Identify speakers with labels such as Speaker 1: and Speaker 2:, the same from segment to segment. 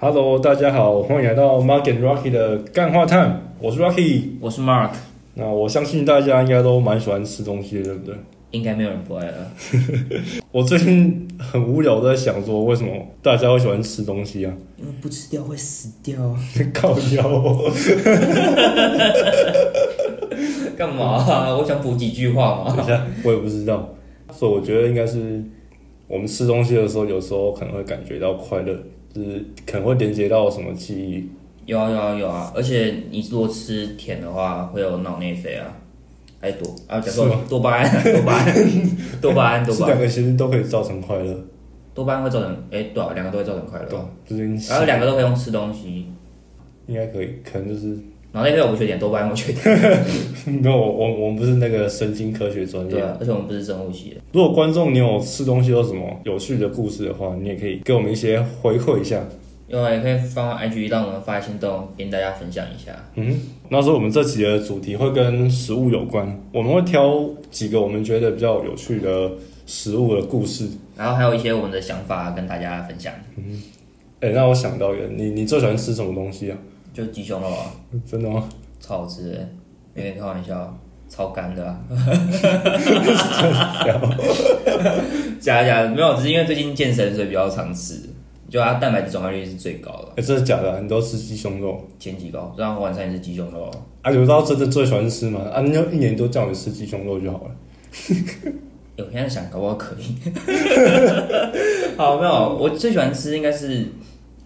Speaker 1: Hello，大家好，欢迎来到 Mark and Rocky 的干话探，我是 Rocky。
Speaker 2: 我是 Mark，
Speaker 1: 那我相信大家应该都蛮喜欢吃东西的，对不对？
Speaker 2: 应该没有人不爱了。
Speaker 1: 我最近很无聊，在想说为什么大家会喜欢吃东西啊？
Speaker 2: 因为不吃掉会死掉。
Speaker 1: 靠腰哦，
Speaker 2: 干嘛、啊我想补几句话
Speaker 1: 等
Speaker 2: 嘛。
Speaker 1: 一下我也不知道，所以我觉得应该是我们吃东西的时候，有时候可能会感觉到快乐，就是可能会连接到什么记忆。
Speaker 2: 有啊有啊有啊，而且你如果吃甜的话，会有脑内啡啊，还多啊，讲错
Speaker 1: 是
Speaker 2: 了，多巴胺， 多巴胺，多巴胺，多
Speaker 1: 这
Speaker 2: 巴
Speaker 1: 两
Speaker 2: 胺，
Speaker 1: 个其实都可以造成快乐，
Speaker 2: 多巴胺会造成，哎、对啊，两个都会造成快
Speaker 1: 对
Speaker 2: 乐。
Speaker 1: 吧，就是你
Speaker 2: 然后两个都可以用吃东西，
Speaker 1: 应该可以，可能就是
Speaker 2: 脑内啡我不缺点，多巴胺我缺点。
Speaker 1: 没有我我我们不是那个神经科学专业
Speaker 2: 对。啊，而且我们不是生物系的，
Speaker 1: 如果观众你有吃东西有什么有趣的故事的话，你也可以给我们一些回馈一下。
Speaker 2: 另外也可以放到 IG 让我们发心动，跟大家分享一下。
Speaker 1: 嗯，那时候我们这期的主题会跟食物有关，我们会挑几个我们觉得比较有趣的食物的故事。
Speaker 2: 然后还有一些我们的想法跟大家分享，
Speaker 1: 哎、让我想到一个，你你最喜欢吃什么东西啊？
Speaker 2: 就鸡胸肉啊。
Speaker 1: 真的吗？
Speaker 2: 超好吃的，没跟你开玩笑，超干的、啊。 假的假的，没有，只是因为最近健身，所以比较常吃，就它蛋白质转化率是最高的，
Speaker 1: 哎、真的假的啊、你都吃鸡胸肉？
Speaker 2: 前几高。然后晚上也是鸡胸肉，
Speaker 1: 啊，有到真的最喜欢吃吗？啊，你就一年都叫你吃鸡胸肉就好了。
Speaker 2: 欸我现在想搞不好可以。 好，没有，我最喜欢吃应该是，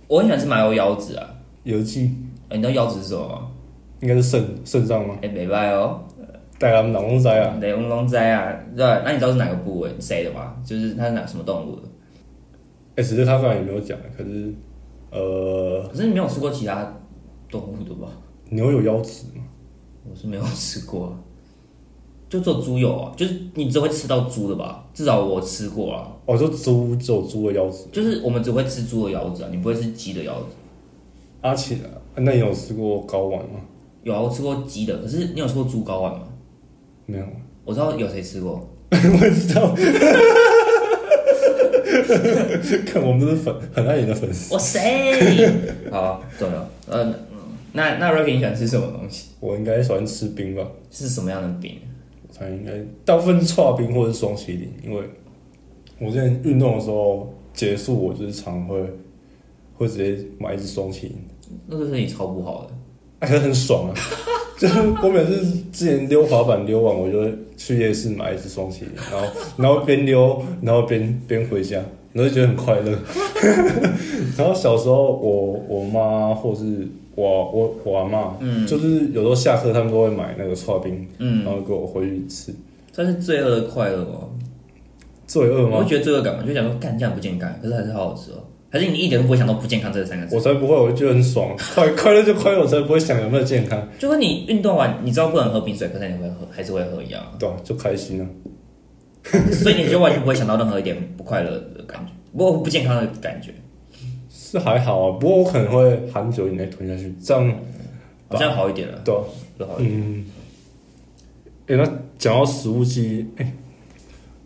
Speaker 2: 我很喜欢吃麻油腰子啊。
Speaker 1: 有鸡
Speaker 2: 欸你知道腰子是什么吗？
Speaker 1: 应该是肾肾脏吗？
Speaker 2: 哎、欸，美拜哦，
Speaker 1: 带他们脑中塞啊！
Speaker 2: 雷翁龙斋啊，对，那你知道是哪个部位谁的吗？就是它是哪什么动物的？
Speaker 1: 哎、只是他刚才也没有讲，可是呃，
Speaker 2: 可是你没有吃过其他动物的吧？
Speaker 1: 牛有腰子吗？
Speaker 2: 我是没有吃过啊， 就做猪油啊，就是你只会吃到猪的吧？至少我吃过啊，
Speaker 1: 哦，就猪只有猪的腰子。
Speaker 2: 就是我们只会吃猪的腰子啊，你不会吃鸡的腰子。
Speaker 1: 阿奇，啊那你有吃过睾丸吗？
Speaker 2: 有啊，我吃过鸡的，可是你有吃过猪睾丸吗？
Speaker 1: 没有。
Speaker 2: 我知道有谁吃过，
Speaker 1: 看，我们都是粉，很爱你的粉丝。
Speaker 2: 我谁？ 好，重要。呃，嗯那那 Rocky 你喜欢吃什么东西？
Speaker 1: 我应该喜欢吃冰吧？
Speaker 2: 是什么样的饼？
Speaker 1: 我猜应该大部分是刨冰或者是双麒麟，因为我之前运动的时候结束，我就是常会会直接买一只双麒麟，
Speaker 2: 那对身体超不好的。
Speaker 1: 啊，可是很爽啊！ 就是我每次之前溜滑板溜完，我就会去夜市买一只双麒麟，然后然后边溜，然后边边回家，然后就觉得很快乐。 然后小时候我我妈或是我我我阿妈，
Speaker 2: 嗯
Speaker 1: 就是有时候下课他们都会买那个刨冰，然
Speaker 2: 嗯，
Speaker 1: 后给我回去吃。
Speaker 2: 算是罪恶的快乐吗？
Speaker 1: 罪恶
Speaker 2: 我
Speaker 1: 吗
Speaker 2: 会？觉得罪恶感嘛，就想说干这样不健康，可是还是好好吃哦。还是你一点都不会想到不健康这三个字？
Speaker 1: 我才不会，我就觉得很爽，快快乐就快乐，我才不会想有没有健康，
Speaker 2: 就跟你运动完，你知道不能喝冰水，可是你会喝，还是会喝一 样，
Speaker 1: 对吧、就开心啊。
Speaker 2: 所以你就完全不会想到任何一点不快乐的感觉，不过不健康的感觉，
Speaker 1: 是还好啊，不过我可能会含酒饮来吞下去，这
Speaker 2: 嗯
Speaker 1: 样
Speaker 2: 好像好一点了，
Speaker 1: 对、啊。
Speaker 2: 就好一点。
Speaker 1: 嗯，哎、那讲到食物记忆，哎、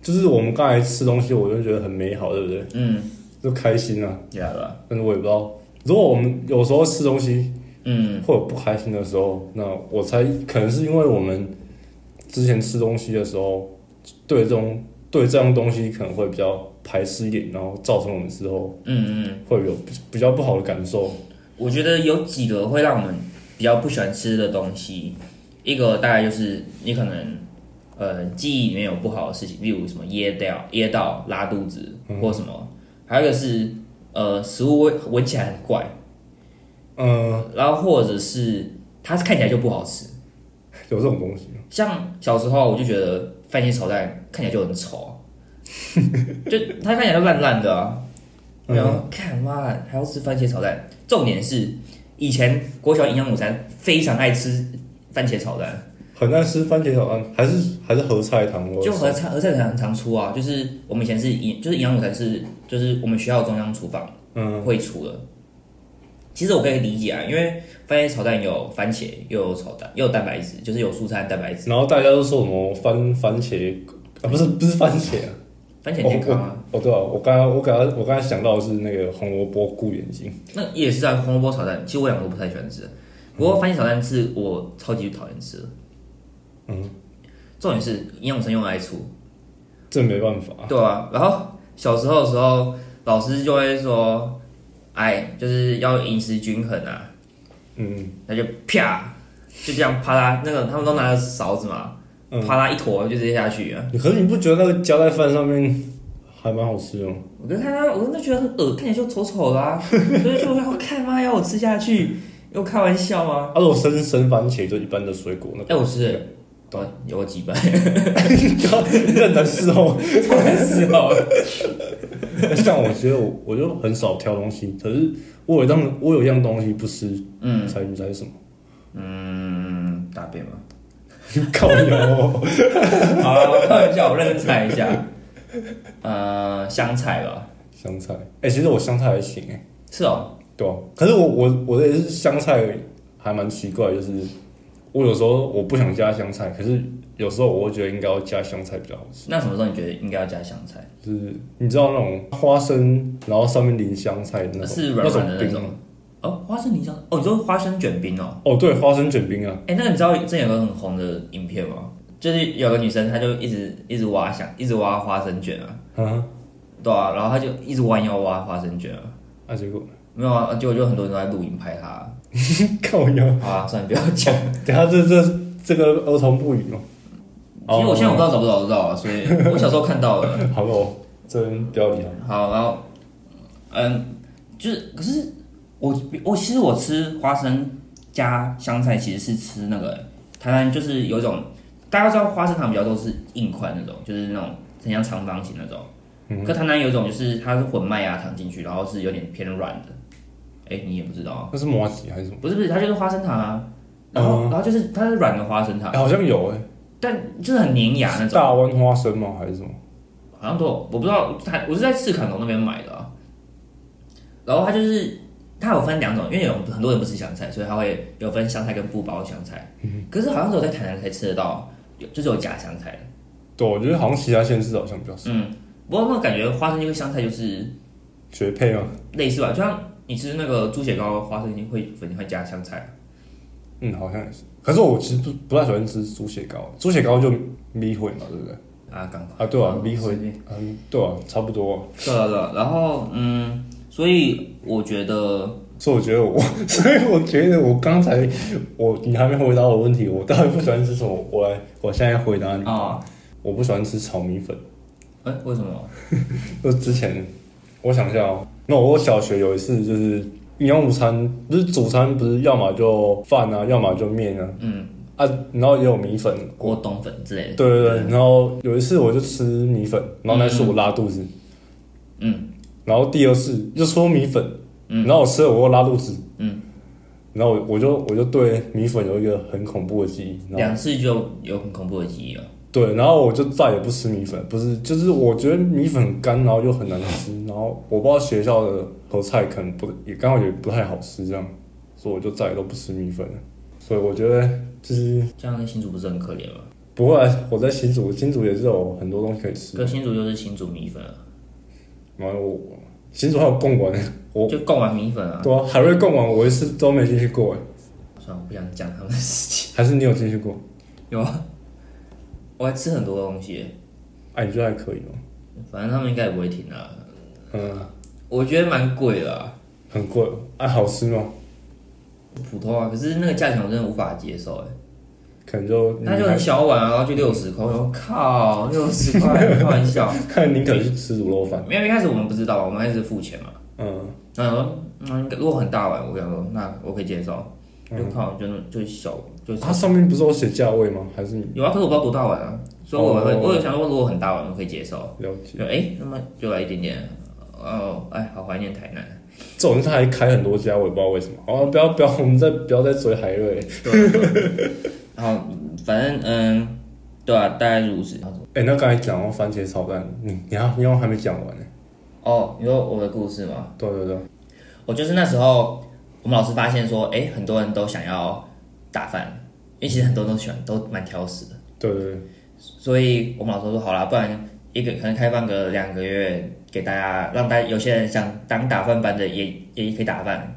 Speaker 1: 就是我们刚才吃东西，我就觉得很美好，对不对？
Speaker 2: 嗯，
Speaker 1: 就开心啊。
Speaker 2: 对啊，对啊
Speaker 1: 但是我也不知道，如果我们有时候吃东西
Speaker 2: 嗯，
Speaker 1: 会有不开心的时候，那我猜可能是因为我们之前吃东西的时候，对这种对这样东西可能会比较排斥一点，然后造成我们之后
Speaker 2: 嗯嗯，
Speaker 1: 会有比比较不好的感受。
Speaker 2: 我觉得有几个会让我们比较不喜欢吃的东西，一个大概就是你可能呃记忆里面有不好的事情，例如什么噎掉、噎到、拉肚子或什么，还有一个是呃食物味闻起来很怪，
Speaker 1: 嗯，
Speaker 2: 然后或者是它看起来就不好吃。
Speaker 1: 有这种东西，
Speaker 2: 像小时候我就觉得番茄炒蛋看起来就 很丑啊，就它看起来就烂烂的啊。
Speaker 1: 嗯
Speaker 2: 然后看妈的还要吃番茄炒蛋，重点是以前国小营养午餐非常爱吃番茄炒蛋，
Speaker 1: 很爱吃番茄炒蛋，还是还是合菜汤我
Speaker 2: 就和菜和菜很常出啊，就是我们以前是营就是营养午餐是就是我们学校中央厨房
Speaker 1: 嗯。
Speaker 2: 会出的。其实我可以理解啊，因为番茄炒蛋有番茄，又有炒蛋，又有蛋白质，就是有蔬菜蛋白质。
Speaker 1: 然后大家都说什么番番茄啊，不是不是番茄、啊，
Speaker 2: 番茄很健康
Speaker 1: 哦
Speaker 2: 啊，
Speaker 1: 我哦对啊，我刚刚我刚刚我刚才想到的是那个红萝卜顾眼睛，
Speaker 2: 那也是啊，红萝卜炒蛋，其实我两个都不太喜欢吃，不过番茄炒蛋是我超级讨厌吃的。
Speaker 1: 嗯，
Speaker 2: 重点是营养午餐用来出，
Speaker 1: 这没办法。
Speaker 2: 对啊。然后小时候的时候，老师就会说，哎，就是要饮食均衡啊，
Speaker 1: 嗯
Speaker 2: 那就啪，就这样啪啦，那个他们都拿着勺子嘛，
Speaker 1: 嗯，
Speaker 2: 啪啦一坨就直接下去啊。
Speaker 1: 可是你不觉得那个夹在饭上面还蛮好吃的吗？
Speaker 2: 我就看他，我真的觉得很恶，看起来就丑丑的啊，所以就要看吗？要我吃下去？又开玩笑吗？
Speaker 1: 啊，如果生生番茄就一般的水果，那
Speaker 2: 哎、我吃了，对，有几瓣，
Speaker 1: 个你很难伺候。
Speaker 2: 我死好了。
Speaker 1: 像我觉得我我就很少挑东西，可是我有样我有样东西不吃，
Speaker 2: 嗯
Speaker 1: 猜你猜什么？
Speaker 2: 嗯，大便吗？
Speaker 1: 靠腰， 哦
Speaker 2: 好了，我开玩笑，我认真猜一下。呃，香菜吧，
Speaker 1: 香菜。哎、其实我香菜还行哎、
Speaker 2: 是哦，
Speaker 1: 对啊，可是我我我的也是香菜还蛮奇怪，就是我有时候我不想加香菜，可是有时候我会觉得应该要加香菜比较好吃。
Speaker 2: 那什么时候你觉得应该要加香菜？
Speaker 1: 就是你知道那种花生，然后上面淋香菜的那种
Speaker 2: 是软软的那
Speaker 1: 冰啊
Speaker 2: 种
Speaker 1: 吗。
Speaker 2: 哦，花生泥香，哦，你说花生卷冰哦，
Speaker 1: 哦，对，花生卷冰啊，
Speaker 2: 哎、那你知道之前有个很红的影片吗？就是有个女生，她就一直一直挖香，一直挖花生卷啊，
Speaker 1: 啊，
Speaker 2: 对啊，然后她就一直弯腰挖花生卷啊，
Speaker 1: 啊，结果
Speaker 2: 没有啊，结果就很多人都在录影拍她啊。
Speaker 1: 靠腰，
Speaker 2: 好啊，算了，不要讲。
Speaker 1: 等一下这这这个儿童不宜哦。
Speaker 2: 其实我现在我不知道找不找得到啊，所以我小时候看到了。
Speaker 1: 好哦，这边不要理他。
Speaker 2: 好，然后，嗯，就是，可是我我其实我吃花生加香菜，其实是吃那个台湾就是有一种大家知道花生糖比较都是硬块那种，就是那种很像长方形那种。可台南有一种就是它是混麦芽糖进去，然后是有点偏软的。哎、你也不知道啊？
Speaker 1: 那是麻吉还是什么？
Speaker 2: 不是不是，它就是花生糖啊。然后、然后就是它是软的花生糖，
Speaker 1: 哎好像有哎、
Speaker 2: 但就是很粘牙啊那种。
Speaker 1: 大湾花生吗？还是什么？
Speaker 2: 好像都有，我不知道，它我是在赤坎楼那边买的、啊。然后它就是它有分两种，因为有很多人不吃香菜，所以它会有分香菜跟不包香菜。
Speaker 1: 嗯
Speaker 2: 可是好像只有在台南才吃得到，有就是有假香菜的。
Speaker 1: 对，我觉得好像其他县市好像比较少。
Speaker 2: 嗯，不过那感觉花生跟香菜就是
Speaker 1: 绝配吗？
Speaker 2: 类似吧，就像你吃那个猪血糕，花生会肯定会加香菜。
Speaker 1: 嗯，好像也是。可是我其实不不太喜欢吃猪血糕，猪血糕就米粉嘛，对不对？
Speaker 2: 啊，刚好
Speaker 1: 啊，对啊，
Speaker 2: 嗯
Speaker 1: 米
Speaker 2: 随
Speaker 1: 粉
Speaker 2: 便，
Speaker 1: 嗯，对啊，差不多啊、
Speaker 2: 对了对了，然后嗯，所以我觉得
Speaker 1: 所以我觉得我， 所以我觉得我刚才我你还没回答我问题，我到底不喜欢吃什么？我来，我现在回答你，
Speaker 2: 啊，
Speaker 1: 我不喜欢吃炒米粉。
Speaker 2: 哎、为什么？
Speaker 1: 就之前我想一下哦，那我小学有一次就是营养午餐，不是主餐，不是要么就饭啊，要么就面啊，
Speaker 2: 嗯，
Speaker 1: 啊，然后也有米粉
Speaker 2: 锅冬粉之类的。
Speaker 1: 对对对，然后有一次我就吃米粉，然后那次我拉肚子，
Speaker 2: 嗯，
Speaker 1: 然后第二次就说米粉，
Speaker 2: 嗯
Speaker 1: 然后我吃了我又拉肚子，
Speaker 2: 嗯，
Speaker 1: 然后我我就我就对米粉有一个很恐怖的记忆，然后
Speaker 2: 两次就有很恐怖的记忆了。
Speaker 1: 对，然后我就再也不吃米粉，不是，就是我觉得米粉很干，然后又很难吃，然后我不知道学校的和菜可能不也刚好也不太好吃这样，所以我就再也都不吃米粉了，所以我觉得就是
Speaker 2: 这样的新竹不是很可怜吗？
Speaker 1: 不会啊，我在新竹，新竹也是有很多东西可以吃。
Speaker 2: 可新竹就是新竹米粉啊，
Speaker 1: 然后我新竹还有贡丸，我
Speaker 2: 就贡丸米粉啊。
Speaker 1: 对啊，海瑞贡丸我一次都没进去过哎，
Speaker 2: 算了，我不想讲他们的事情。
Speaker 1: 还是你有进去过？
Speaker 2: 有啊，我还吃很多东西，
Speaker 1: 哎、你觉得还可以吗？
Speaker 2: 反正他们应该也不会停啊。
Speaker 1: 嗯，
Speaker 2: 我觉得蛮贵的、啊，
Speaker 1: 很贵，哎、好吃吗？
Speaker 2: 普通啊，可是那个价钱我真的无法接受哎、
Speaker 1: 可能就
Speaker 2: 那就很小碗啊，然后就六十块，我说靠，六十块， 开玩笑。
Speaker 1: 看你可能去吃卤肉饭，
Speaker 2: 没有一开始我们不知道，我们还是付钱嘛。
Speaker 1: 嗯，
Speaker 2: 然后说，嗯，如果很大碗，我想说那我可以接受，
Speaker 1: 嗯
Speaker 2: 就靠就那就小就
Speaker 1: 它上面不是有写价位吗？还是你
Speaker 2: 有啊，可是我不知道多大碗啊，所以我会、
Speaker 1: 哦
Speaker 2: 我有想说，如果很大碗，我可以接受。
Speaker 1: 了解？
Speaker 2: 就哎、那么就来一点点，哦，哎，好怀念台南。
Speaker 1: 这种它还开很多家，我也不知道为什么。好、啊，不要不要，我们再不要再追海瑞。
Speaker 2: 对啊，对啊然后反正嗯，对啊，大概如此。
Speaker 1: 哎、那刚才讲到番茄炒蛋，你你还你好像还没讲完呢、
Speaker 2: 哦，你说我的故事吗？
Speaker 1: 对对对，
Speaker 2: 我就是那时候我们老师发现说，哎、很多人都想要打饭，因为其实很多人都喜欢，都蛮挑食的。
Speaker 1: 对对对，
Speaker 2: 所以我们老师说好啦，不然一个可能开放个两个月，给大家让大家有些人想当打饭班的也也可以打
Speaker 1: 嗯
Speaker 2: 饭，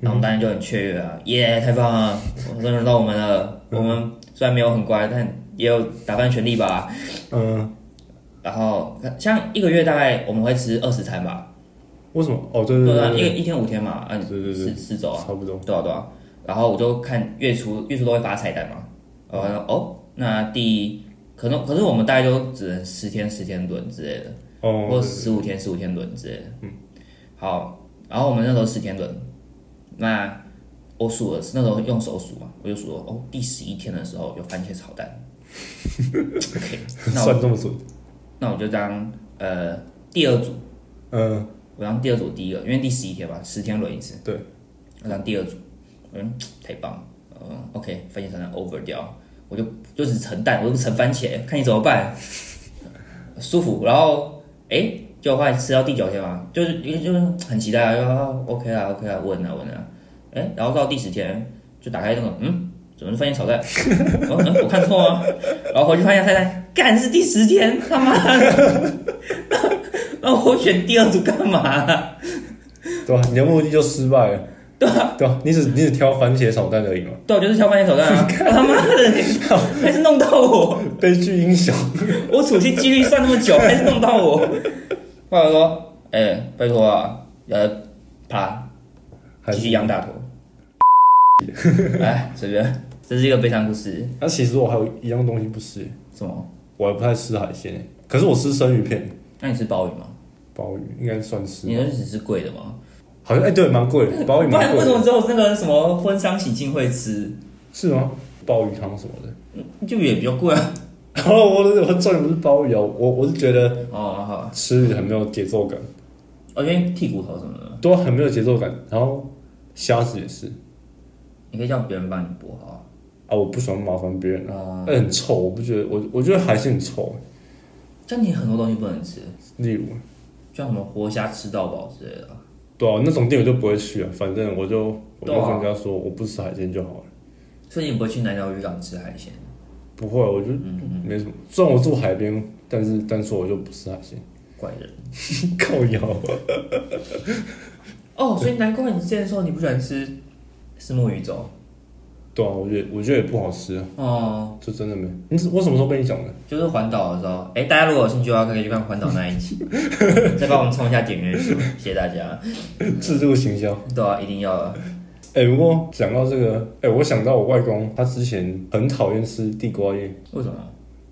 Speaker 2: 然后我们当然就很雀跃啊，耶，太棒了，我轮到我们了，
Speaker 1: 嗯
Speaker 2: 我们虽然没有很乖，但也有打饭权利吧。
Speaker 1: 嗯，
Speaker 2: 然后像一个月大概我们会吃二十餐吧，
Speaker 1: 为什么？哦，对
Speaker 2: 对
Speaker 1: 对
Speaker 2: 啊，
Speaker 1: 对
Speaker 2: 一个
Speaker 1: 对
Speaker 2: 一天五天嘛，嗯，
Speaker 1: 对对对
Speaker 2: 四四周啊，
Speaker 1: 差不多。
Speaker 2: 对啊对啊。然后我就看月初，月初都会发菜单嘛，然后我就说哦，那第可能可是我们大概就只能十天十天轮之类的。或
Speaker 1: 哦，
Speaker 2: 十五天、十五天轮之类的。嗯，好，然后我们那时候十天轮，那我数了，那时候用手数嘛，我就数了，哦，第十一天的时候有番茄炒蛋。OK，那我
Speaker 1: 算这么准。
Speaker 2: 那我就当呃第二组，
Speaker 1: 嗯，
Speaker 2: 我当第二组第一个，因为第十一天嘛，十天轮一次。
Speaker 1: 对，
Speaker 2: 我当第二组，嗯，太棒了，嗯，OK，番茄炒蛋 over 掉，我就就只盛蛋，我就不盛番茄，看你怎么办， 舒服。然后，哎，就后来吃到第九天嘛，就是就是很期待啊就啊，OK 啊，OK 啊，稳啊稳啊，哎，然后到第十天就打开那个，嗯，怎么是番茄炒蛋？ 哦嗯我看错吗？然后回去翻一下菜单，干是第十天，他妈的， 那那我选第二组干嘛、啊
Speaker 1: 对啊吧？你的目的就失败了。对啊，对啊，你只你只挑番茄炒蛋而已嘛，
Speaker 2: 对，我就是挑番茄炒蛋 啊！他妈的，还是弄到我，
Speaker 1: 悲剧英雄。
Speaker 2: 我处心积虑算那 么久，还是弄到我。后来我说，哎、拜托啊，呃，啪，
Speaker 1: 还
Speaker 2: 继
Speaker 1: 是
Speaker 2: 续扬大 头。哎，随便，这是一个悲伤故事。
Speaker 1: 那其实我还有一样东西不吃，
Speaker 2: 什么？
Speaker 1: 我还不太吃海鲜，欸可是我吃生鱼片、
Speaker 2: 那你吃鲍鱼吗？
Speaker 1: 鲍鱼，应该算吃
Speaker 2: 你。那是只是贵的吗？
Speaker 1: 好像哎、对，蛮贵的，鲍鱼
Speaker 2: 不
Speaker 1: 蛮
Speaker 2: 然为
Speaker 1: 贵
Speaker 2: 什么
Speaker 1: 的，
Speaker 2: 只有那个什么婚丧喜庆会吃？
Speaker 1: 是吗？鲍鱼汤什么的。
Speaker 2: 就也比较贵啊。
Speaker 1: 然后我的我重点不是鲍鱼啊，我我是觉得
Speaker 2: 哦，好啊，
Speaker 1: 吃很没有节奏感，
Speaker 2: 我觉得剔骨头什么的，
Speaker 1: 都很没有节奏感。然后虾子也是
Speaker 2: 你可以叫别人帮你剥好啊。
Speaker 1: 啊，我不喜欢麻烦别人啊，
Speaker 2: 哦，
Speaker 1: 但很臭，我不觉得，我我觉得海鲜很臭。欸
Speaker 2: 这样你很多东西不能吃。
Speaker 1: 例如，
Speaker 2: 像什么活虾吃到饱之类的啊。
Speaker 1: 对啊，那种店我就不会去啊，反正我就我就
Speaker 2: 对啊
Speaker 1: 跟人家说我不吃海鲜就好了。
Speaker 2: 所以你不会去南寮渔港吃海鲜？嗯
Speaker 1: 不会，啊我就没什么。虽然我住海边，但是但是我就不吃海鲜，
Speaker 2: 怪人
Speaker 1: 靠腰。
Speaker 2: 哦，所以难怪你之前说你不喜欢吃石墨鱼粥
Speaker 1: 对啊，我觉得我觉得也不好吃啊，
Speaker 2: 哦，
Speaker 1: 就真的没。你是我什么时候跟你讲的？
Speaker 2: 就是环岛的时候，哎，大家如果有兴趣的话，可以去看环岛那一期， 再帮我们冲一下点阅数，谢谢大家。
Speaker 1: 自助行销。
Speaker 2: 对啊，一定要的
Speaker 1: 哎、不过讲到这个，哎、我想到我外公，他之前很讨厌吃地瓜叶，
Speaker 2: 为什么？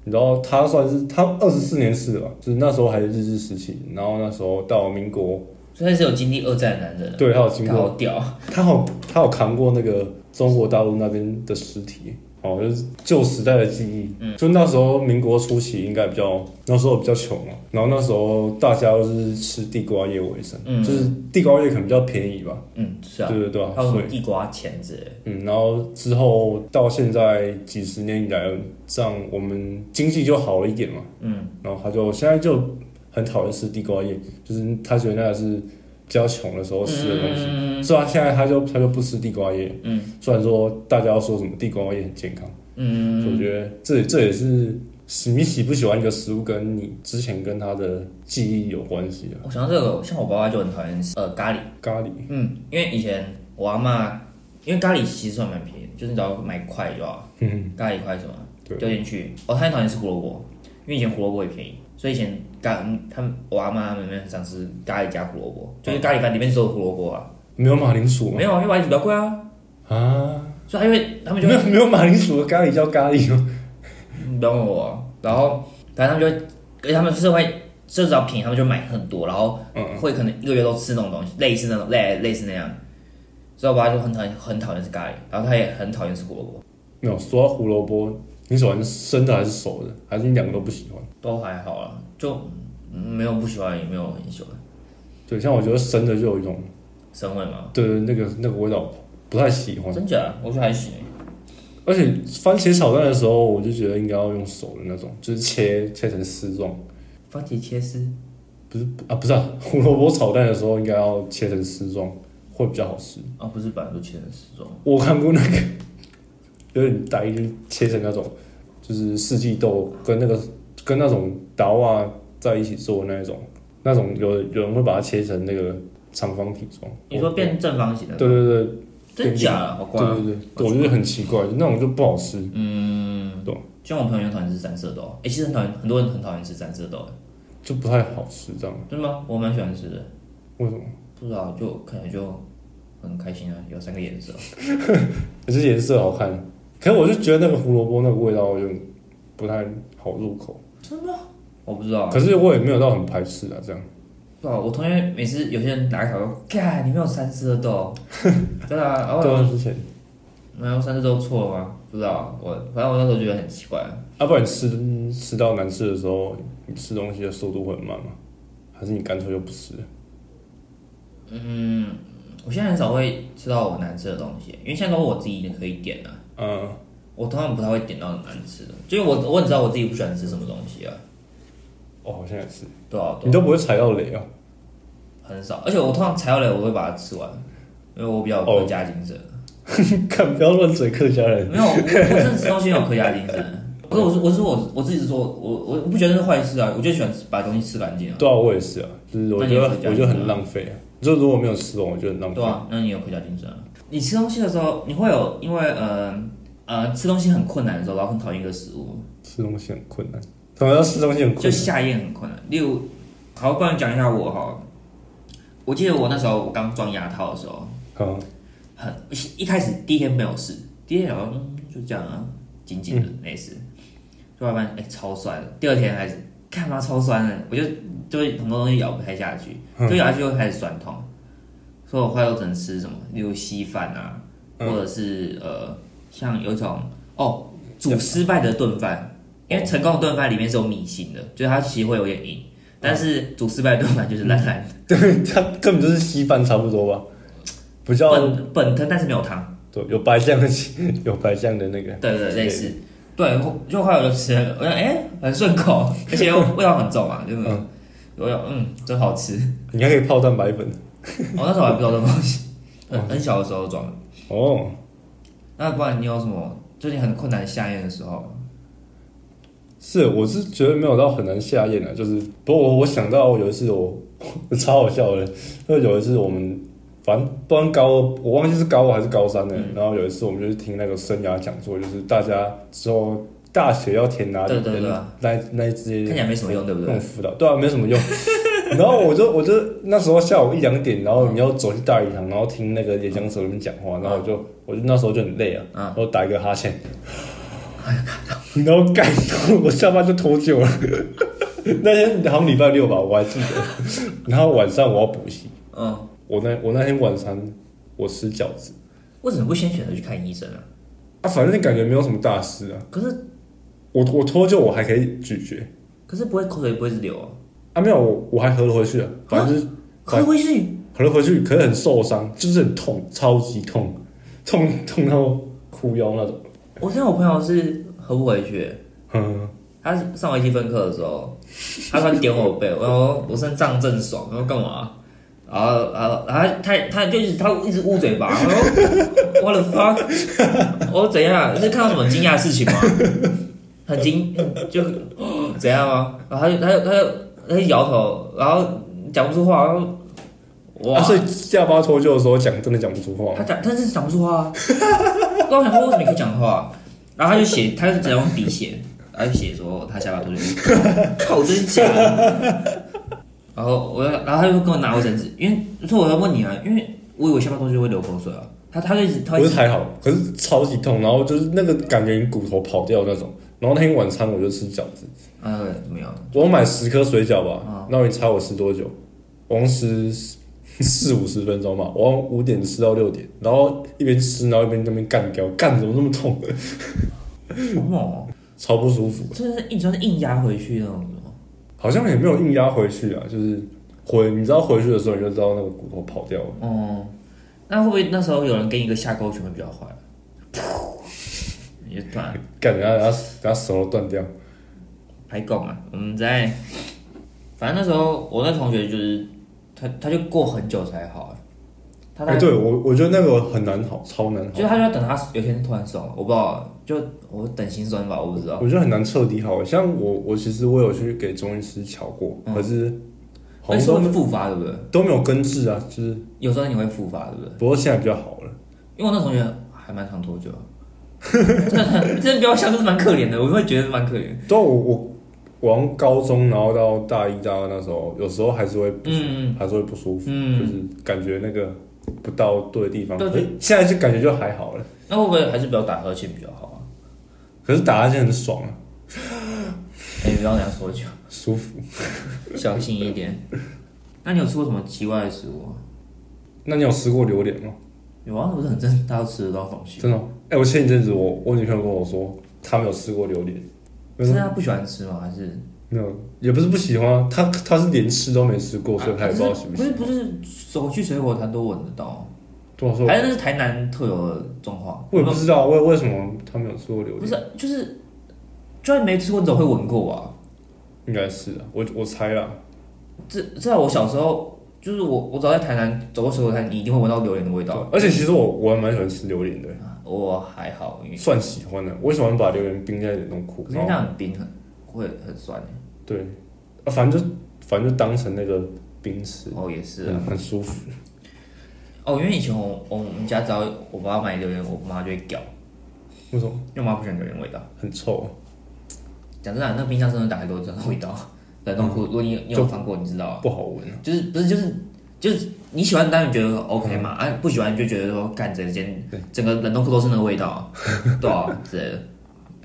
Speaker 1: 你知道他算是他二十四年是吧？就是那时候还是日治时期，然后那时候到民国，
Speaker 2: 所以他是有经历二战的男人，
Speaker 1: 对，他有经
Speaker 2: 他
Speaker 1: 过，
Speaker 2: 好屌，
Speaker 1: 他好他有扛过那个中国大陆那边的尸体。哦，就是旧时代的记忆，
Speaker 2: 嗯
Speaker 1: 就那时候民国初期应该比较，那时候比较穷嘛，然后那时候大家都是吃地瓜叶为生，
Speaker 2: 嗯
Speaker 1: 就是地瓜叶可能比较便宜吧，
Speaker 2: 嗯，是啊
Speaker 1: 对，对对啊，
Speaker 2: 还有什
Speaker 1: 所以
Speaker 2: 么地瓜钳之类的，
Speaker 1: 嗯，然后之后到现在几十年以来，这样我们经济就好了一点嘛。
Speaker 2: 嗯，
Speaker 1: 然后他就现在就很讨厌吃地瓜叶，就是他觉得那个是比较穷的时候吃的东西。
Speaker 2: 嗯
Speaker 1: 所以他现在他就他就不吃地瓜叶。
Speaker 2: 嗯，
Speaker 1: 虽然说大家都说什么地瓜叶很健康，所以我
Speaker 2: 嗯，
Speaker 1: 觉得这这也是你喜不喜欢一个食物跟你之前跟他的记忆有关系啊。
Speaker 2: 我想到这个，像我爸爸就很讨厌吃呃咖喱。
Speaker 1: 咖喱，
Speaker 2: 嗯，因为以前我阿妈，因为咖喱其实算蛮便宜的，就是你只要买块就好，
Speaker 1: 嗯，
Speaker 2: 咖喱块什么
Speaker 1: 对
Speaker 2: 丢进去。哦，她很讨厌吃胡萝卜，因为以前胡萝卜也便宜，所以以前咖他们我阿妈他们很常吃咖喱加胡萝卜，
Speaker 1: 哦
Speaker 2: 就是咖喱饭里面只有胡萝卜啊，
Speaker 1: 没有马铃薯吗
Speaker 2: 没？有啊，因为马铃薯比较贵啊，
Speaker 1: 啊，
Speaker 2: 所以因为他们就
Speaker 1: 没
Speaker 2: 会
Speaker 1: 有没有马铃薯的咖喱叫咖喱吗？
Speaker 2: 你不要问我啊、然后反正他们就会，而且他们是会。就只要便宜，他们就买很多，然后
Speaker 1: 嗯
Speaker 2: 会可能一个月都吃那种东西，类似那种类类似那样。所以我爸就很讨厌很讨厌吃咖喱，然后他也很讨厌吃胡萝卜。
Speaker 1: 没有，说到胡萝卜，你喜欢生的还是熟的？还是你两个都不喜欢？
Speaker 2: 都还好啦，就嗯没有不喜欢，也没有很喜欢。
Speaker 1: 对，像我觉得生的就有一种，
Speaker 2: 生味吗？
Speaker 1: 对对，那个那个味道不太喜欢。
Speaker 2: 真假？我觉得还行。
Speaker 1: 而且番茄炒蛋的时候，我就觉得应该要用熟的那种，就是切切成丝状，
Speaker 2: 番茄切丝，
Speaker 1: 不是啊，不是啊，胡萝卜炒蛋的时候应该要切成丝状，会比较好吃。
Speaker 2: 啊，不是本来就切成丝哦状。
Speaker 1: 我看过那个有点呆，就是切成那种，就是四季豆跟那个跟那种达瓦在一起做的那一种，那种有有人会把它切成那个长方体状。
Speaker 2: 你说变正方形的，
Speaker 1: 对对对
Speaker 2: 真假的，好怪、
Speaker 1: 对
Speaker 2: 啊。
Speaker 1: 对对，我觉得很奇怪，那种就不好吃。
Speaker 2: 像我朋友很讨厌吃三色豆，哎、其实很讨厌，很多人很讨厌吃三色豆，
Speaker 1: 就不太好吃，这样
Speaker 2: 对吗？我蛮喜欢吃的，
Speaker 1: 为什么？
Speaker 2: 不知道就可能就很开心啊，有三个颜色，
Speaker 1: 可是颜色好看，可是我就觉得那个胡萝卜那个味道就不太好入口。
Speaker 2: 我不知道，
Speaker 1: 可是我也没有到很排斥啊，这样
Speaker 2: 不知道。我同学每次有些人拿一条说，干，你没有三色豆， 对啊，然后
Speaker 1: 对啊，之前
Speaker 2: 然后三色豆错了吗？不知道，我反正我那时候觉得很奇怪，
Speaker 1: 啊，不然你吃吃到难吃的时候，你吃东西的速度会很慢吗？还是你干脆就不吃？
Speaker 2: 我现在很少会吃到我难吃的东西，因为现在都我自己可以点啊，
Speaker 1: 嗯，
Speaker 2: 我通常不太会点到很难吃的，就是我我很知道我自己不喜欢吃什么东西啊，
Speaker 1: 哦，好像也是，
Speaker 2: 对啊，对啊
Speaker 1: 你都不会踩到雷 啊？
Speaker 2: 很少，而且我通常踩到雷我会把它吃完，因为我比较有
Speaker 1: 哦
Speaker 2: 客家精神。
Speaker 1: 看，不要乱嘴客家人。
Speaker 2: 没有，我我真的吃东西很有客家精神。不是，我是我是我我自己是说，我我我不觉得是坏事啊，我就喜欢吃把东西吃干净啊。
Speaker 1: 对啊，我也是啊，就是我觉得
Speaker 2: 那你也是这样子啊
Speaker 1: 我觉得很浪费啊，就如果没有吃完，我觉得很浪费
Speaker 2: 对。啊，那你有客家精神啊。你吃东西的时候，你会有因为呃呃吃东西很困难的时候，然后很讨厌一个食物，
Speaker 1: 吃东西很困难，什么叫吃东西很
Speaker 2: 就
Speaker 1: 困难？
Speaker 2: 下咽很困难。例如，好，不然讲一下我哈，我记得我那时候我刚装牙套的时候，
Speaker 1: 啊，
Speaker 2: 很一开始第一天没有事，第一天好像嗯就这样啊，紧紧的没事，就慢慢哎、超酸的。第二天开始，干嘛超酸的？我就就会很多东西咬不太下去，就咬下去就开始酸痛，所以我后来都只能吃什么，例如稀饭啊，或者是呃像有一种哦煮失败的炖饭，因为成功的炖饭里面是有米芯的，就是它其实会有点硬，但是煮失败的炖饭就是烂烂的，
Speaker 1: 对，它根本就是稀饭差不多吧，比较
Speaker 2: 本本thân但是没有汤。
Speaker 1: 对，有白酱的， 有白酱的那个，
Speaker 2: 对对，类似。对，我就后来我就吃了，我想哎、很顺口，而且又味道很重啊，就是、
Speaker 1: 嗯
Speaker 2: 我有嗯，真好吃。
Speaker 1: 你还可以泡蛋白粉
Speaker 2: 我、那时候还不知道这个东西，很很小的时候装的。
Speaker 1: 哦。
Speaker 2: 那不然你有什么最近很困难下咽的时候？
Speaker 1: 是，我是觉得没有到很难下咽啊，就是不过我我想到有一次我 超好笑的，就有一次我们反正不知道高二，我忘记是高二还是高三了、
Speaker 2: 嗯
Speaker 1: 然后有一次我们就去听那个生涯讲座，就是大家之后大学要填哪里
Speaker 2: 对对对啊
Speaker 1: 的那那一支
Speaker 2: 看起来没什么用，对不
Speaker 1: 那
Speaker 2: 对
Speaker 1: 种？辅导，对啊，没什么用。 然后我就我就那时候下午一两点，然后你要走去大礼堂，然后听那个演讲者那边讲话，然后我就我就那时候就很累啊，
Speaker 2: 嗯
Speaker 1: 然后打一个哈欠，然后干，我下班就脱臼了。 那天好像礼拜六吧，我还记得。 然后晚上我要补习，
Speaker 2: 嗯，
Speaker 1: 我那我那天晚上我吃饺子
Speaker 2: 为什么不先选择去看医生啊？
Speaker 1: 啊，反正感觉没有什么大事啊。
Speaker 2: 可是
Speaker 1: 我我脱臼我还可以咀嚼
Speaker 2: 可是不会口水不会一直流啊，
Speaker 1: 啊，没有我我还合了回去了，啊反正就是
Speaker 2: 口水会去
Speaker 1: 可能回去可能很受伤，就是很痛，超级痛，痛痛到哭腰那种。
Speaker 2: 我之前我朋友是合不回去，
Speaker 1: 嗯，
Speaker 2: 他上微积分课的时候，他突然点我背，我 说我身上正爽，我说干嘛？然后然后然后他他他就是他一直捂嘴巴，我说 what the fuck，我说怎样？啊你是看到什么惊讶的事情吗？很惊就怎样吗？然后他就他就他就他就摇头，然后讲不出话，然后哇，
Speaker 1: 啊，所以下巴脱臼的时候讲真的讲不出话
Speaker 2: 他，讲，但是讲不出话、啊。 那我想说，为什么你可以讲话、然后他就写，他就只能用笔写，他就写说他下巴脱臼，靠，真假的？然后我就，然后他就跟我拿卫生纸，因为所以我要问你啊，因为我以为下巴脱臼会流口水啊，他他就一直他
Speaker 1: 不
Speaker 2: 会一
Speaker 1: 是
Speaker 2: 直
Speaker 1: 还好，可是超级痛，然后就是那个感觉你骨头跑掉那种。然后那天晚餐我就吃饺子，
Speaker 2: 啊对怎么样？
Speaker 1: 我买十颗水饺
Speaker 2: 啊
Speaker 1: 吧，那你猜我吃多久？我用吃四五十分钟吧，我用五点吃到六点，然后一边吃然后一边在那边干掉，干怎么那么痛，
Speaker 2: 好猛哦，
Speaker 1: 超不舒服。
Speaker 2: 真的是硬算是硬压回去那种。
Speaker 1: 好像也没有硬压回去啊，就是回，你知道回去的时候你就知道那个骨头跑掉了，
Speaker 2: 哦、那会不会那时候有人给你一个下勾拳会比较坏？ 你就突然
Speaker 1: 干人家人家人家手都断掉，
Speaker 2: 还讲啊，我们在，反正那时候我那同学就是他，他就过很久才好，啊他
Speaker 1: 哎、
Speaker 2: 大概、
Speaker 1: 对我我觉得那个很难好，超难好
Speaker 2: 就是他就要等他有一天突然爽了，我不知道就我等心酸吧，我不知道。
Speaker 1: 我觉得很难彻底好。像我，我其实我有去给中医师瞧过，可是好
Speaker 2: 嗯那
Speaker 1: 像
Speaker 2: 你是
Speaker 1: 都
Speaker 2: 会
Speaker 1: 没
Speaker 2: 复发对不对？
Speaker 1: 都没有根治啊，就是
Speaker 2: 有时候你会复发对不对？
Speaker 1: 不过现在比较好了。
Speaker 2: 因为我那同学还蛮常 脱臼的，真的真的不要笑，真的蛮可怜的，我会觉得蛮可怜。
Speaker 1: 对啊，我我我好像高中，然后到大一、大二那时候，有时候还是会不舒
Speaker 2: 嗯
Speaker 1: 还是会不舒服，
Speaker 2: 嗯
Speaker 1: 就是感觉那个不到对的地方。
Speaker 2: 对
Speaker 1: 可是现在就感觉就还好了，
Speaker 2: 那会不会还是不要打呵欠比较好啊？
Speaker 1: 可是打哈欠很爽啊，
Speaker 2: 哎、不要这样说就
Speaker 1: 舒服。
Speaker 2: 小心一点。那你有吃过什么奇怪的食物啊？
Speaker 1: 那你有吃过榴莲吗？
Speaker 2: 有啊，那不是很正，大家都吃得到的东西。
Speaker 1: 真的哦？哎、我前一阵子我我女朋友跟我说，她没有吃过榴莲，我
Speaker 2: 是
Speaker 1: 说
Speaker 2: 他不喜欢吃吗？还是
Speaker 1: 没有，也不是不喜欢啊，她她是连吃都没吃过，所以她
Speaker 2: 啊
Speaker 1: 也不知道喜不喜
Speaker 2: 不
Speaker 1: 欢。
Speaker 2: 是不是，走去水果摊都闻得到，
Speaker 1: 对我说，
Speaker 2: 还是那是台南特有的状况。
Speaker 1: 我也不知道为为什么她没有吃过榴
Speaker 2: 不
Speaker 1: 莲，
Speaker 2: 是，就是就算没吃过，你总会闻过啊吧？
Speaker 1: 应该是啊，我我猜啦，
Speaker 2: 这在我小时候，就是我我只要在台南走过水果摊，你一定会闻到榴莲的味
Speaker 1: 对
Speaker 2: 道。啊
Speaker 1: 而且其实我我还蛮喜欢吃榴莲的，
Speaker 2: 我还好，因为
Speaker 1: 算喜欢的。我喜欢把榴莲冰在冷冻库，
Speaker 2: 可是
Speaker 1: 然后
Speaker 2: 那很冰很会很酸欸。
Speaker 1: 对，啊，反正就反正就当成那个冰吃，
Speaker 2: 哦，也是
Speaker 1: 很
Speaker 2: 啊
Speaker 1: 很舒服。
Speaker 2: 哦，因为以前我我们家只要我爸买榴莲，我妈就会屌，
Speaker 1: 为什么
Speaker 2: 因为我妈不喜欢榴莲味道。
Speaker 1: 很臭、啊？
Speaker 2: 讲真的啊，那冰箱真的打开都是这种味道，冷
Speaker 1: 嗯
Speaker 2: 冻库。如果你你有放过，你知道啊，
Speaker 1: 不好闻啊？
Speaker 2: 就是不是就是就是你喜欢当然觉得 OK 嘛，
Speaker 1: 嗯
Speaker 2: 啊不喜欢就觉得说干整间整个冷冻库都是那个 味道，对啊之类的。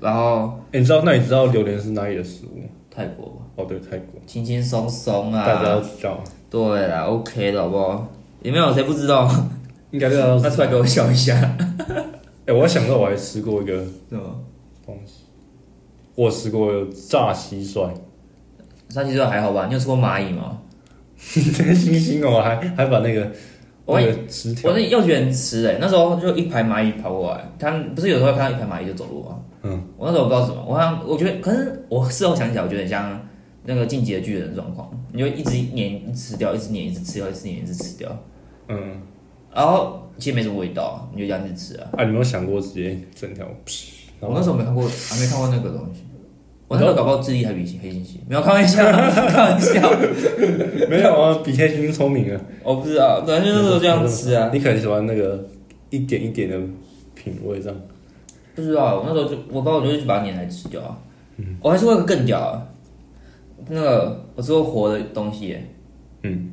Speaker 2: 然后
Speaker 1: 哎、你知道那你知道榴莲是哪里的食物吗？
Speaker 2: 泰国吧，
Speaker 1: 哦，对，泰国，
Speaker 2: 轻轻松松
Speaker 1: 大家
Speaker 2: 啊，
Speaker 1: 都知道，
Speaker 2: 对啦，OK 的好不好？有没有谁不知道？
Speaker 1: 应该知道。
Speaker 2: 那出来给我笑一下，
Speaker 1: 哎、我想到我还吃过一个
Speaker 2: 是吗？
Speaker 1: 东西，我吃过炸蟋 蟀，
Speaker 2: 上期说还好吧？你有吃过蚂蚁吗？
Speaker 1: 星星哦，还还把那个
Speaker 2: 我
Speaker 1: 那个枝条
Speaker 2: 我在幼稚园吃诶、欸那时候就一排蚂蚁跑过来，他们不是有时候会看到一排蚂蚁就走路吗？
Speaker 1: 嗯，
Speaker 2: 我那时候不知道什么，我好像我觉得，可是我事后想起来，我觉得很像那个进击的巨人的状况，你就一直碾一直吃掉，一直碾一直吃掉，一直碾一直吃掉，
Speaker 1: 嗯，
Speaker 2: 然后其实没什么味道，你就这样子吃啊。
Speaker 1: 啊，你有没有想过直接整条？然
Speaker 2: 我
Speaker 1: 后
Speaker 2: 那时候没看过，还没看过那个东西。我那时候搞不好智力还比黑猩猩没有开 玩笑，开玩笑，
Speaker 1: 没有啊，比黑猩猩聪明啊。
Speaker 2: 我不知道，反正就那时候这样吃啊，
Speaker 1: 你可能喜欢那个一点一点的品味这样。
Speaker 2: 不知道，我那时候就我把我就是把它碾来吃掉啊，我还是会更屌啊。那个我吃过活的东西耶，
Speaker 1: 嗯，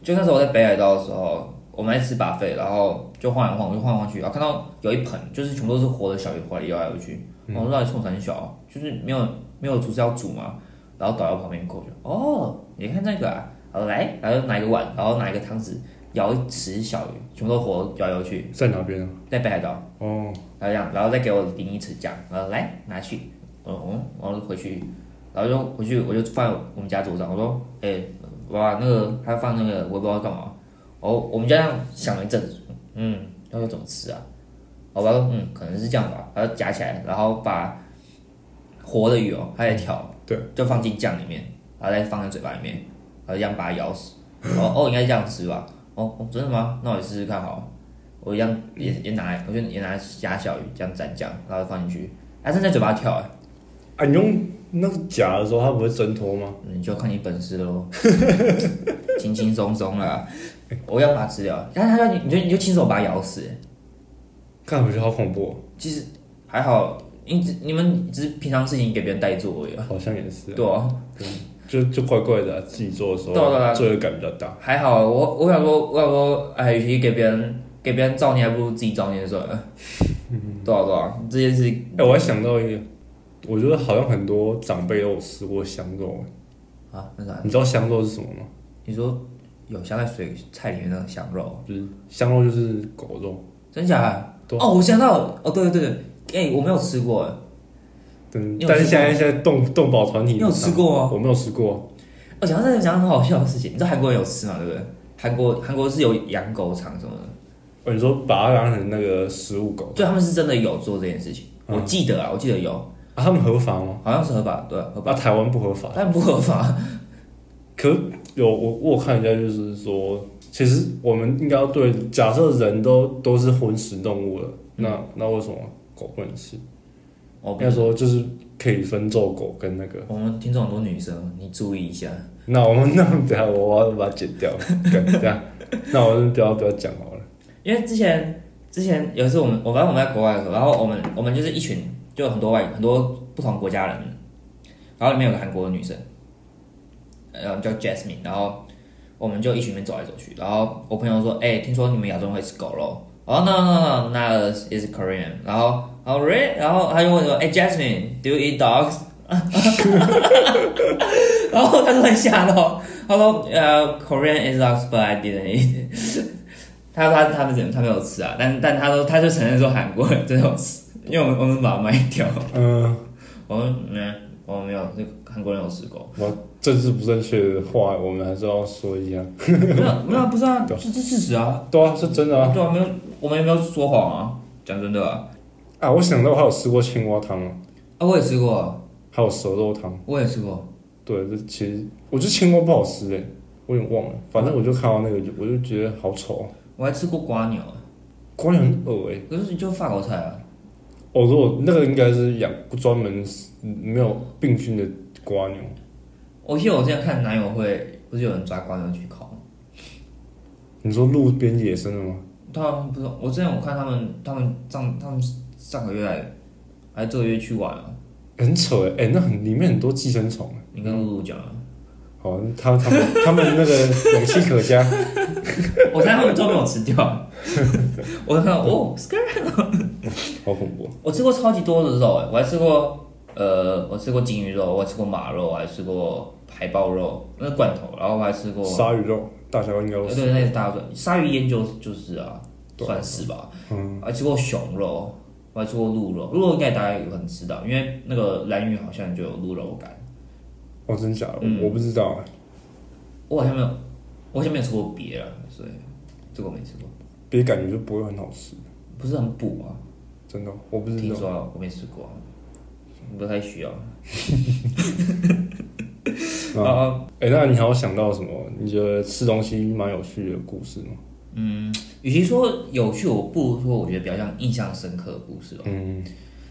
Speaker 2: 就那时候我在北海道的时候，我们在吃把费，然后就晃来晃，我就晃来晃去，然后看到有一盆就是全部都是活的小鱼，后来游来游去，我说到底冲很小啊，就是没有没有厨师要煮嘛，然后导游旁边过去，哦，你看这个啊，然后来，然后拿一个碗，然后拿一个汤匙舀一匙小鱼，全部都活游来游去，
Speaker 1: 在哪边啊？
Speaker 2: 在北海道。
Speaker 1: 哦，
Speaker 2: 然后这样，然后再给我淋一匙酱，然后来拿去，我说嗯，然后回去，然后就回去我就放我们家桌上，我说，哎、哇，那个他放那个我也不知道干嘛，哦，我们家这样想了一阵子，嗯，要怎么吃啊？我爸说，嗯，可能是这样吧，然后夹起来，然后把活的鱼哦，他也挑，
Speaker 1: 嗯对，
Speaker 2: 就放进酱里面，然后再放在嘴巴里面，然后这样把它咬死，哦哦，应该这样吃吧，哦哦，真的吗？那我也试试看好了。我一样也也拿，我就也拿虾小鱼这样蘸酱，然后放进去，它正在嘴巴跳、欸，
Speaker 1: 啊，你用那个夹的时候，它不会挣脱吗？
Speaker 2: 你就看你本事喽， 轻轻松松啦。我要把它吃掉，但是它叫你，你就你就亲手把它咬死、欸
Speaker 1: 看，我觉得好恐怖、哦
Speaker 2: 其实还好，你只你们只是平常事情给别人代做而已、
Speaker 1: 哦，
Speaker 2: 啊，
Speaker 1: 好像也是、啊，
Speaker 2: 对啊。
Speaker 1: 就就怪怪的啊、自己做的时
Speaker 2: 对啊对啊
Speaker 1: 候罪恶感比较大。
Speaker 2: 还好，我我想说，我想说，哎，与其给别人给别人造孽，还不如自己造孽算了。
Speaker 1: 嗯
Speaker 2: 多少多少，啊这件事
Speaker 1: 哎、我还想到一个，我觉得好像很多长辈都有吃过香肉，
Speaker 2: 啊，那啥，
Speaker 1: 你知道香肉是什么吗？
Speaker 2: 你说有香在水菜里面那个香肉，
Speaker 1: 就是香肉就是狗肉，
Speaker 2: 真假的？
Speaker 1: 对
Speaker 2: 哦，我想到了，哦，对对对对，哎、我没有吃过，
Speaker 1: 但
Speaker 2: 你有吃过
Speaker 1: 但是现在现在动动保团体
Speaker 2: 你有吃过啊吗？
Speaker 1: 我没有吃过，
Speaker 2: 我想到这个讲很好笑的事情，你知道韩国人有吃吗？对不对？韩国韩国是有养狗场什么的，
Speaker 1: 哦，你说把它当成那个食物狗，
Speaker 2: 对，他们是真的有做这件事情。我记得啊，我记得有，
Speaker 1: 啊，他们合法吗？
Speaker 2: 好像是合法，对，合
Speaker 1: 啊，
Speaker 2: 法，
Speaker 1: 台湾不合法，
Speaker 2: 但不合法。
Speaker 1: 可有我我有看一下，就是说，其实我们应该要对，
Speaker 2: 嗯
Speaker 1: 假设人都都是荤食动物了，那那为什么狗不能吃？
Speaker 2: 我
Speaker 1: 那时候就是可以分揍狗跟那个。
Speaker 2: 哦我们听众很多女生，你注意一下。
Speaker 1: 那我们那等下我要把它剪掉， 干这样。那我们不要不要讲好了。
Speaker 2: 因为之前之前有一次我们我刚我们在国外的时候，然后我们我们就是一群就很多外很多不同国家人，然后里面有个韩国的女生，呃叫 Jasmine，然后我们就一群人走来走去，然后我朋友说，哎、听说你们亚洲人会吃狗肉，哦、no no no no is Korean，然后然后 re，然后他就问说，哎、Jasmine do you eat dogs？然后他就很吓到，他说：“呃、k o r e a n is dogs, but I didn't eat。”他说他他们怎他没有吃啊，但但他说他就承认说韩国人真的有吃，因为我们我们把它卖掉，
Speaker 1: 嗯，
Speaker 2: 我们嗯我们没有，这个韩国人有吃过，
Speaker 1: 我政治不正确的话，我们还是要说一下。
Speaker 2: 没有没有不是啊，
Speaker 1: 对
Speaker 2: 这这事实啊，
Speaker 1: 对啊，是真的啊。
Speaker 2: 对啊，没有我们也没有说谎啊，讲真的啊，
Speaker 1: 啊，我想到我还有吃过青蛙汤啊，
Speaker 2: 啊我也吃过，
Speaker 1: 还有蛇肉汤。
Speaker 2: 我也吃过，
Speaker 1: 对，这其实我觉得青蛙不好吃哎、我有点忘了。反正我就看到那个，我就觉得好丑、啊，
Speaker 2: 我还吃过瓜牛，啊
Speaker 1: 光很恶哎、
Speaker 2: 可是就法国菜啊，
Speaker 1: 哦，如果那个应该是养专门没有病菌的瓜牛，
Speaker 2: 我记得我之前看男友会不是有人抓瓜牛去烤，
Speaker 1: 你说路边野生的吗？
Speaker 2: 他们不是我之前我看他们他们上他们上个月来还是这个月去玩啊，
Speaker 1: 很扯哎、欸那很里面很多寄生虫欸。
Speaker 2: 你跟露露讲啊。
Speaker 1: 哦，他他们他们那个勇气可嘉，
Speaker 2: 我猜他们都没有吃掉。 我看到哦，skirt，
Speaker 1: 好恐 怖。
Speaker 2: 我吃过超级多的肉哎，我还吃过呃，我吃过金鱼肉，我还吃过马肉，我还吃过海豹肉，那是罐头，然后我还吃过，
Speaker 1: 鲨鱼肉，大家应该都
Speaker 2: 呃
Speaker 1: 是。
Speaker 2: 对，那是大蒜，鲨鱼烟就就是啊，
Speaker 1: 对
Speaker 2: 算是吧。嗯，还吃过熊肉，我还吃过鹿肉，鹿肉应该大家有可能知道，因为那个蓝屿好像就有鹿肉干。
Speaker 1: 哦，真假的？
Speaker 2: 嗯
Speaker 1: 我不知道、欸，
Speaker 2: 我好像没有，我好像没有吃过别的，所以这个我没吃过，
Speaker 1: 别感觉就不会很好吃，
Speaker 2: 不是很补啊。
Speaker 1: 真的，我不知道。
Speaker 2: 听说啊我没吃过啊，不太需要。
Speaker 1: 嗯
Speaker 2: 啊，
Speaker 1: 哎、那你还有想到什么？你觉得吃东西蛮有趣的故事吗？
Speaker 2: 与其说有趣，我不如说我觉得比较像印象深刻的故事吧。
Speaker 1: 嗯，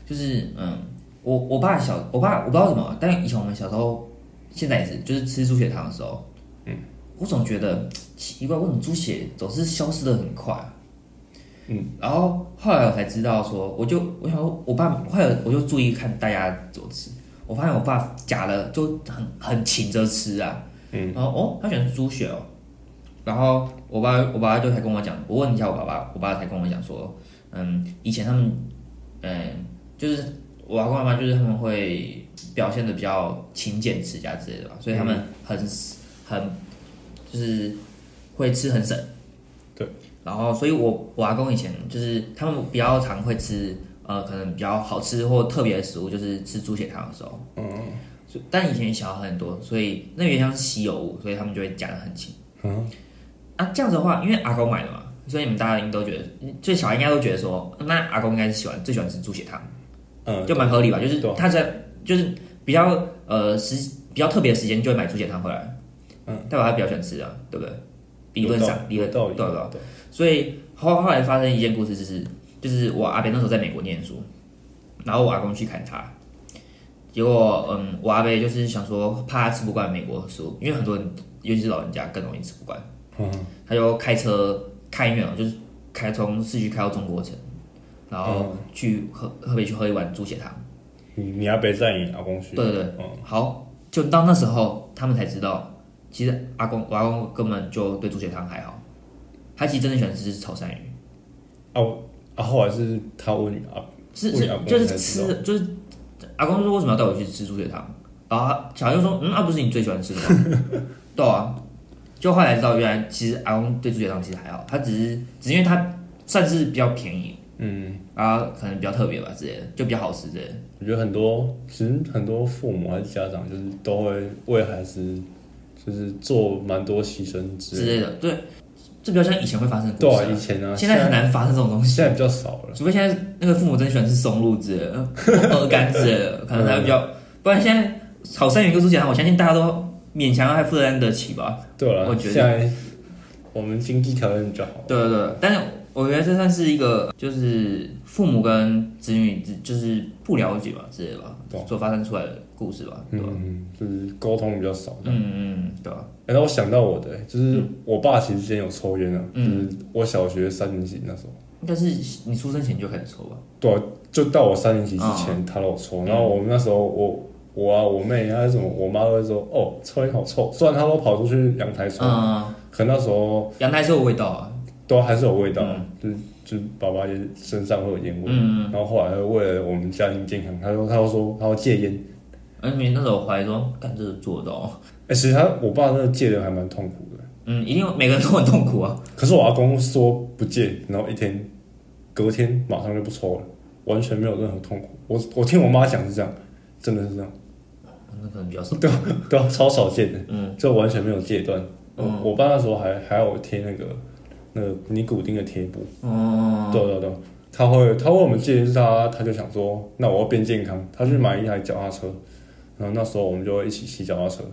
Speaker 2: 就是嗯，我我爸小，我爸我不知道为什么，但以前我们小时候，现在也是，就是吃猪血汤的时候，嗯，我总觉得奇怪，为什么猪血总是消失的很快、嗯，然后后来我才知道说，我就我想说，我爸后来我就注意看大家怎么吃，我发现我爸夹了就很很勤着吃啊，嗯，然后哦，他喜欢猪血哦，然后我爸我爸就才跟我讲，我问一下我爸爸，我爸才跟我讲说，嗯，以前他们，嗯，就是我阿公阿妈，就是他们会表现的比较勤俭持家之类的吧，所以他们很、很就是会吃很省。
Speaker 1: 对。
Speaker 2: 然后，所以我我阿公以前就是他们比较常会吃，呃，可能比较好吃或特别的食物，就是吃猪血汤的时候。嗯。但以前小很多，所以那原像是稀有物，所以他们就会夹得很轻。嗯。啊，这样子的话，因为阿公买的嘛，所以你们大家应该都觉得，最小应该都觉得说，那阿公应该是喜欢最喜欢吃猪血汤。
Speaker 1: 嗯，
Speaker 2: 就蛮合理吧，就是
Speaker 1: 对啊
Speaker 2: 他在就是比较呃时比较特别的时间就会买猪血汤回来，嗯，代表他比较喜欢吃啊，对不对？理论上，理
Speaker 1: 有
Speaker 2: 论
Speaker 1: 道理，
Speaker 2: 对
Speaker 1: 有
Speaker 2: 吧？
Speaker 1: 道理
Speaker 2: 所以后后来发生一件故事，就是就是我阿伯那时候在美国念书，然后我阿公去看他，结果嗯，我阿伯就是想说怕他吃不惯美国的食物，因为很多人尤其是老人家更容易吃不惯，嗯，他就开车开远了，就是开从市区开到中国城，然
Speaker 1: 嗯
Speaker 2: 后去喝河北去喝一碗猪血汤。
Speaker 1: 你你阿伯在你阿公去，
Speaker 2: 对对对，好，就到那时候他们才知道，其实阿公我阿公根本就对猪血汤还好，他其实真的喜欢吃炒鳝鱼，
Speaker 1: 啊，后来是他问你啊阿，
Speaker 2: 是
Speaker 1: 问
Speaker 2: 是
Speaker 1: 阿公
Speaker 2: 就是
Speaker 1: 才知道
Speaker 2: 吃就是阿公说为什么要带我去吃猪血汤，然后他小孩就说嗯那、不是你最喜欢吃的吗？ 对啊，就后来知道原来其实阿公对猪血汤其实还好，他只是只是因为他算是比较便宜，嗯，啊可能比较特别吧之类的，就比较好吃之类的。
Speaker 1: 我觉得很多其实很多父母还是家长，就是都会为孩子就是做蛮多牺牲
Speaker 2: 之
Speaker 1: 之类的。
Speaker 2: 类的，对，这比较像以前会发生的故
Speaker 1: 对
Speaker 2: 事
Speaker 1: 啊，
Speaker 2: 啊、
Speaker 1: 以前啊，
Speaker 2: 现在很难发生这种东西
Speaker 1: 现。在比较少了。
Speaker 2: 除非现在那个父母真喜欢吃松露之类的、 鹅肝之类的，可能才会比较，不然现在炒鳝鱼跟猪血汤，我相信大家都勉强还负担得起吧。
Speaker 1: 对了，啊
Speaker 2: 我觉得
Speaker 1: 现在我们经济条件比较好。
Speaker 2: 哦对对对，但是啊我觉得这算是一个，就是父母跟子女之就是不了解吧之类的吧
Speaker 1: 懂，
Speaker 2: 所发生出来的故事吧，对吧？
Speaker 1: 嗯，就是沟通比较少。
Speaker 2: 嗯嗯，对吧？
Speaker 1: 哎、那我想到我的、就是我爸其实之前有抽烟啊，
Speaker 2: 嗯
Speaker 1: 就是我小学三年级那时候，
Speaker 2: 应该是你出生前就开始抽吧？
Speaker 1: 对啊、就到我三年级之
Speaker 2: 哦
Speaker 1: 前，他老
Speaker 2: 嗯
Speaker 1: 抽，然后我们那时候我我啊我妹还有什么，我妈都会说哦抽烟好臭，虽然她都跑出去阳台抽，
Speaker 2: 嗯，
Speaker 1: 可那时候
Speaker 2: 阳台是有味道啊。
Speaker 1: 都还是有味道，啊就是就是爸爸也身上会有烟味，
Speaker 2: 嗯，
Speaker 1: 然后后来为了我们家庭健康，他说他又说他要戒烟，
Speaker 2: 而且那时候我怀疑说，干这是做得到？
Speaker 1: 哎、其实他我爸那个戒的还蛮痛苦的。
Speaker 2: 嗯，一定有每个人都很痛苦啊。
Speaker 1: 可是我阿公说不戒，然后一天，隔天马上就不抽了，完全没有任何痛苦。我我听我妈讲是这样，真的是这样，
Speaker 2: 那可能比较少。
Speaker 1: 对啊、超少见的，嗯，就完全没有戒断。嗯，我爸那时候还还有贴那个那个尼古丁的贴布，
Speaker 2: 嗯，
Speaker 1: 对对对，他会他问我们戒烟是他他就想说，那我要变健康，他去买一台脚踏车，然后那时候我们就会一起骑脚踏车，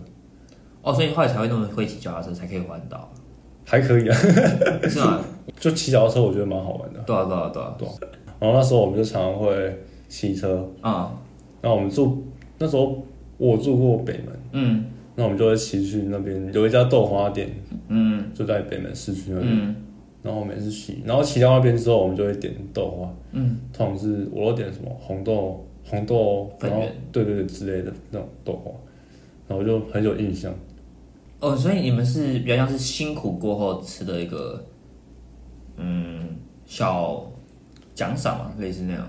Speaker 2: 哦，所以后来才会那么会骑脚踏车，才可以环 岛，
Speaker 1: 还可以啊，
Speaker 2: 是吗？
Speaker 1: 就骑脚踏车我觉得蛮好玩的。
Speaker 2: 对啊，对啊，对啊，
Speaker 1: 然后那时候我们就常常会骑车。
Speaker 2: 啊，
Speaker 1: 那我们住那时候我住过北门，
Speaker 2: 嗯
Speaker 1: 那我们就会骑去那边有一家豆花店，
Speaker 2: 嗯
Speaker 1: 就在北门市区那边。
Speaker 2: 嗯
Speaker 1: 然后我每次骑，然后骑到那边之后，我们就会点豆花，
Speaker 2: 嗯，
Speaker 1: 通常是我都点什么红豆、红豆，
Speaker 2: 粉
Speaker 1: 然
Speaker 2: 圆
Speaker 1: 后对对对之类的那种豆花，然后我就很有印象。
Speaker 2: 哦，所以你们是比较像是辛苦过后吃的一个，嗯，小奖赏嘛，类似那样。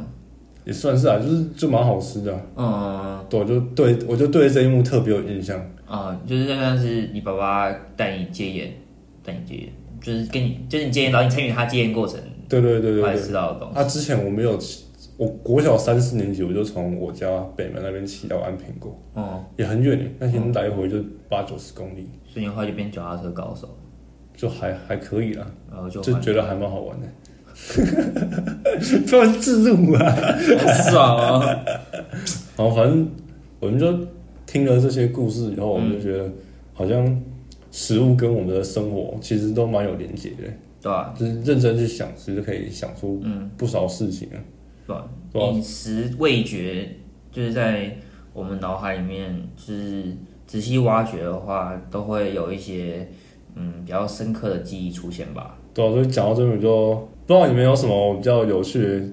Speaker 1: 也算是啊，就是就蛮好吃的啊、
Speaker 2: 嗯
Speaker 1: 对，我就对我就对这一幕特别有印象。
Speaker 2: 啊，就是那算是你爸爸带你戒烟，带你戒烟，就是跟你，就是你戒烟，然后你参与他戒烟过程，
Speaker 1: 对对对对
Speaker 2: 后来
Speaker 1: 对。
Speaker 2: 吃到的东西。
Speaker 1: 啊，之前我没有骑，我国小三四年级我就从我家北门那边骑到安平过。
Speaker 2: 哦，
Speaker 1: 也很远，那天来回就八九十公里，
Speaker 2: 所以你后来就变脚踏车高手，
Speaker 1: 就还还可以啦，
Speaker 2: 然后就
Speaker 1: 就
Speaker 2: 环
Speaker 1: 觉得还蛮好玩的。 突然自入啊！
Speaker 2: 好爽哦。
Speaker 1: 然后反正我们就听了这些故事以后，我们就觉得好像食物跟我们的生活其实都蛮有连结的，
Speaker 2: 对啊吧、
Speaker 1: 就是认真去想，其实可以想出
Speaker 2: 嗯
Speaker 1: 不少事情啊。
Speaker 2: 对吧、
Speaker 1: 对啊
Speaker 2: 饮食味觉就是在我们脑海里面，就是仔细挖掘的话，都会有一些嗯比较深刻的记忆出现吧。
Speaker 1: 对啊，所以讲到这边，我就不知道你们有什么比较有趣的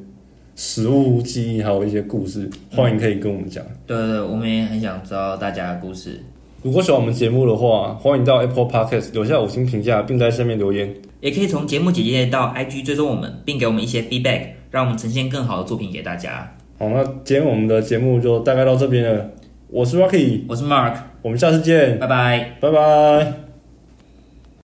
Speaker 1: 食物记忆，还有一些故事，欢迎可以跟我们讲。
Speaker 2: 对对对，我们也很想知道大家的故事，
Speaker 1: 如果喜欢我们节目的话，欢迎到 Apple Podcast 留下五星评价，并在下面留言。
Speaker 2: 也可以从节目简介到 IG 追踪我们，并给我们一些 feedback，让我们呈现更好的作品给大家。
Speaker 1: 好，那今天我们的节目就大概到这边了。我是 Rocky，
Speaker 2: 我是 Mark，
Speaker 1: 我们下次见，
Speaker 2: 拜拜。
Speaker 1: 拜拜。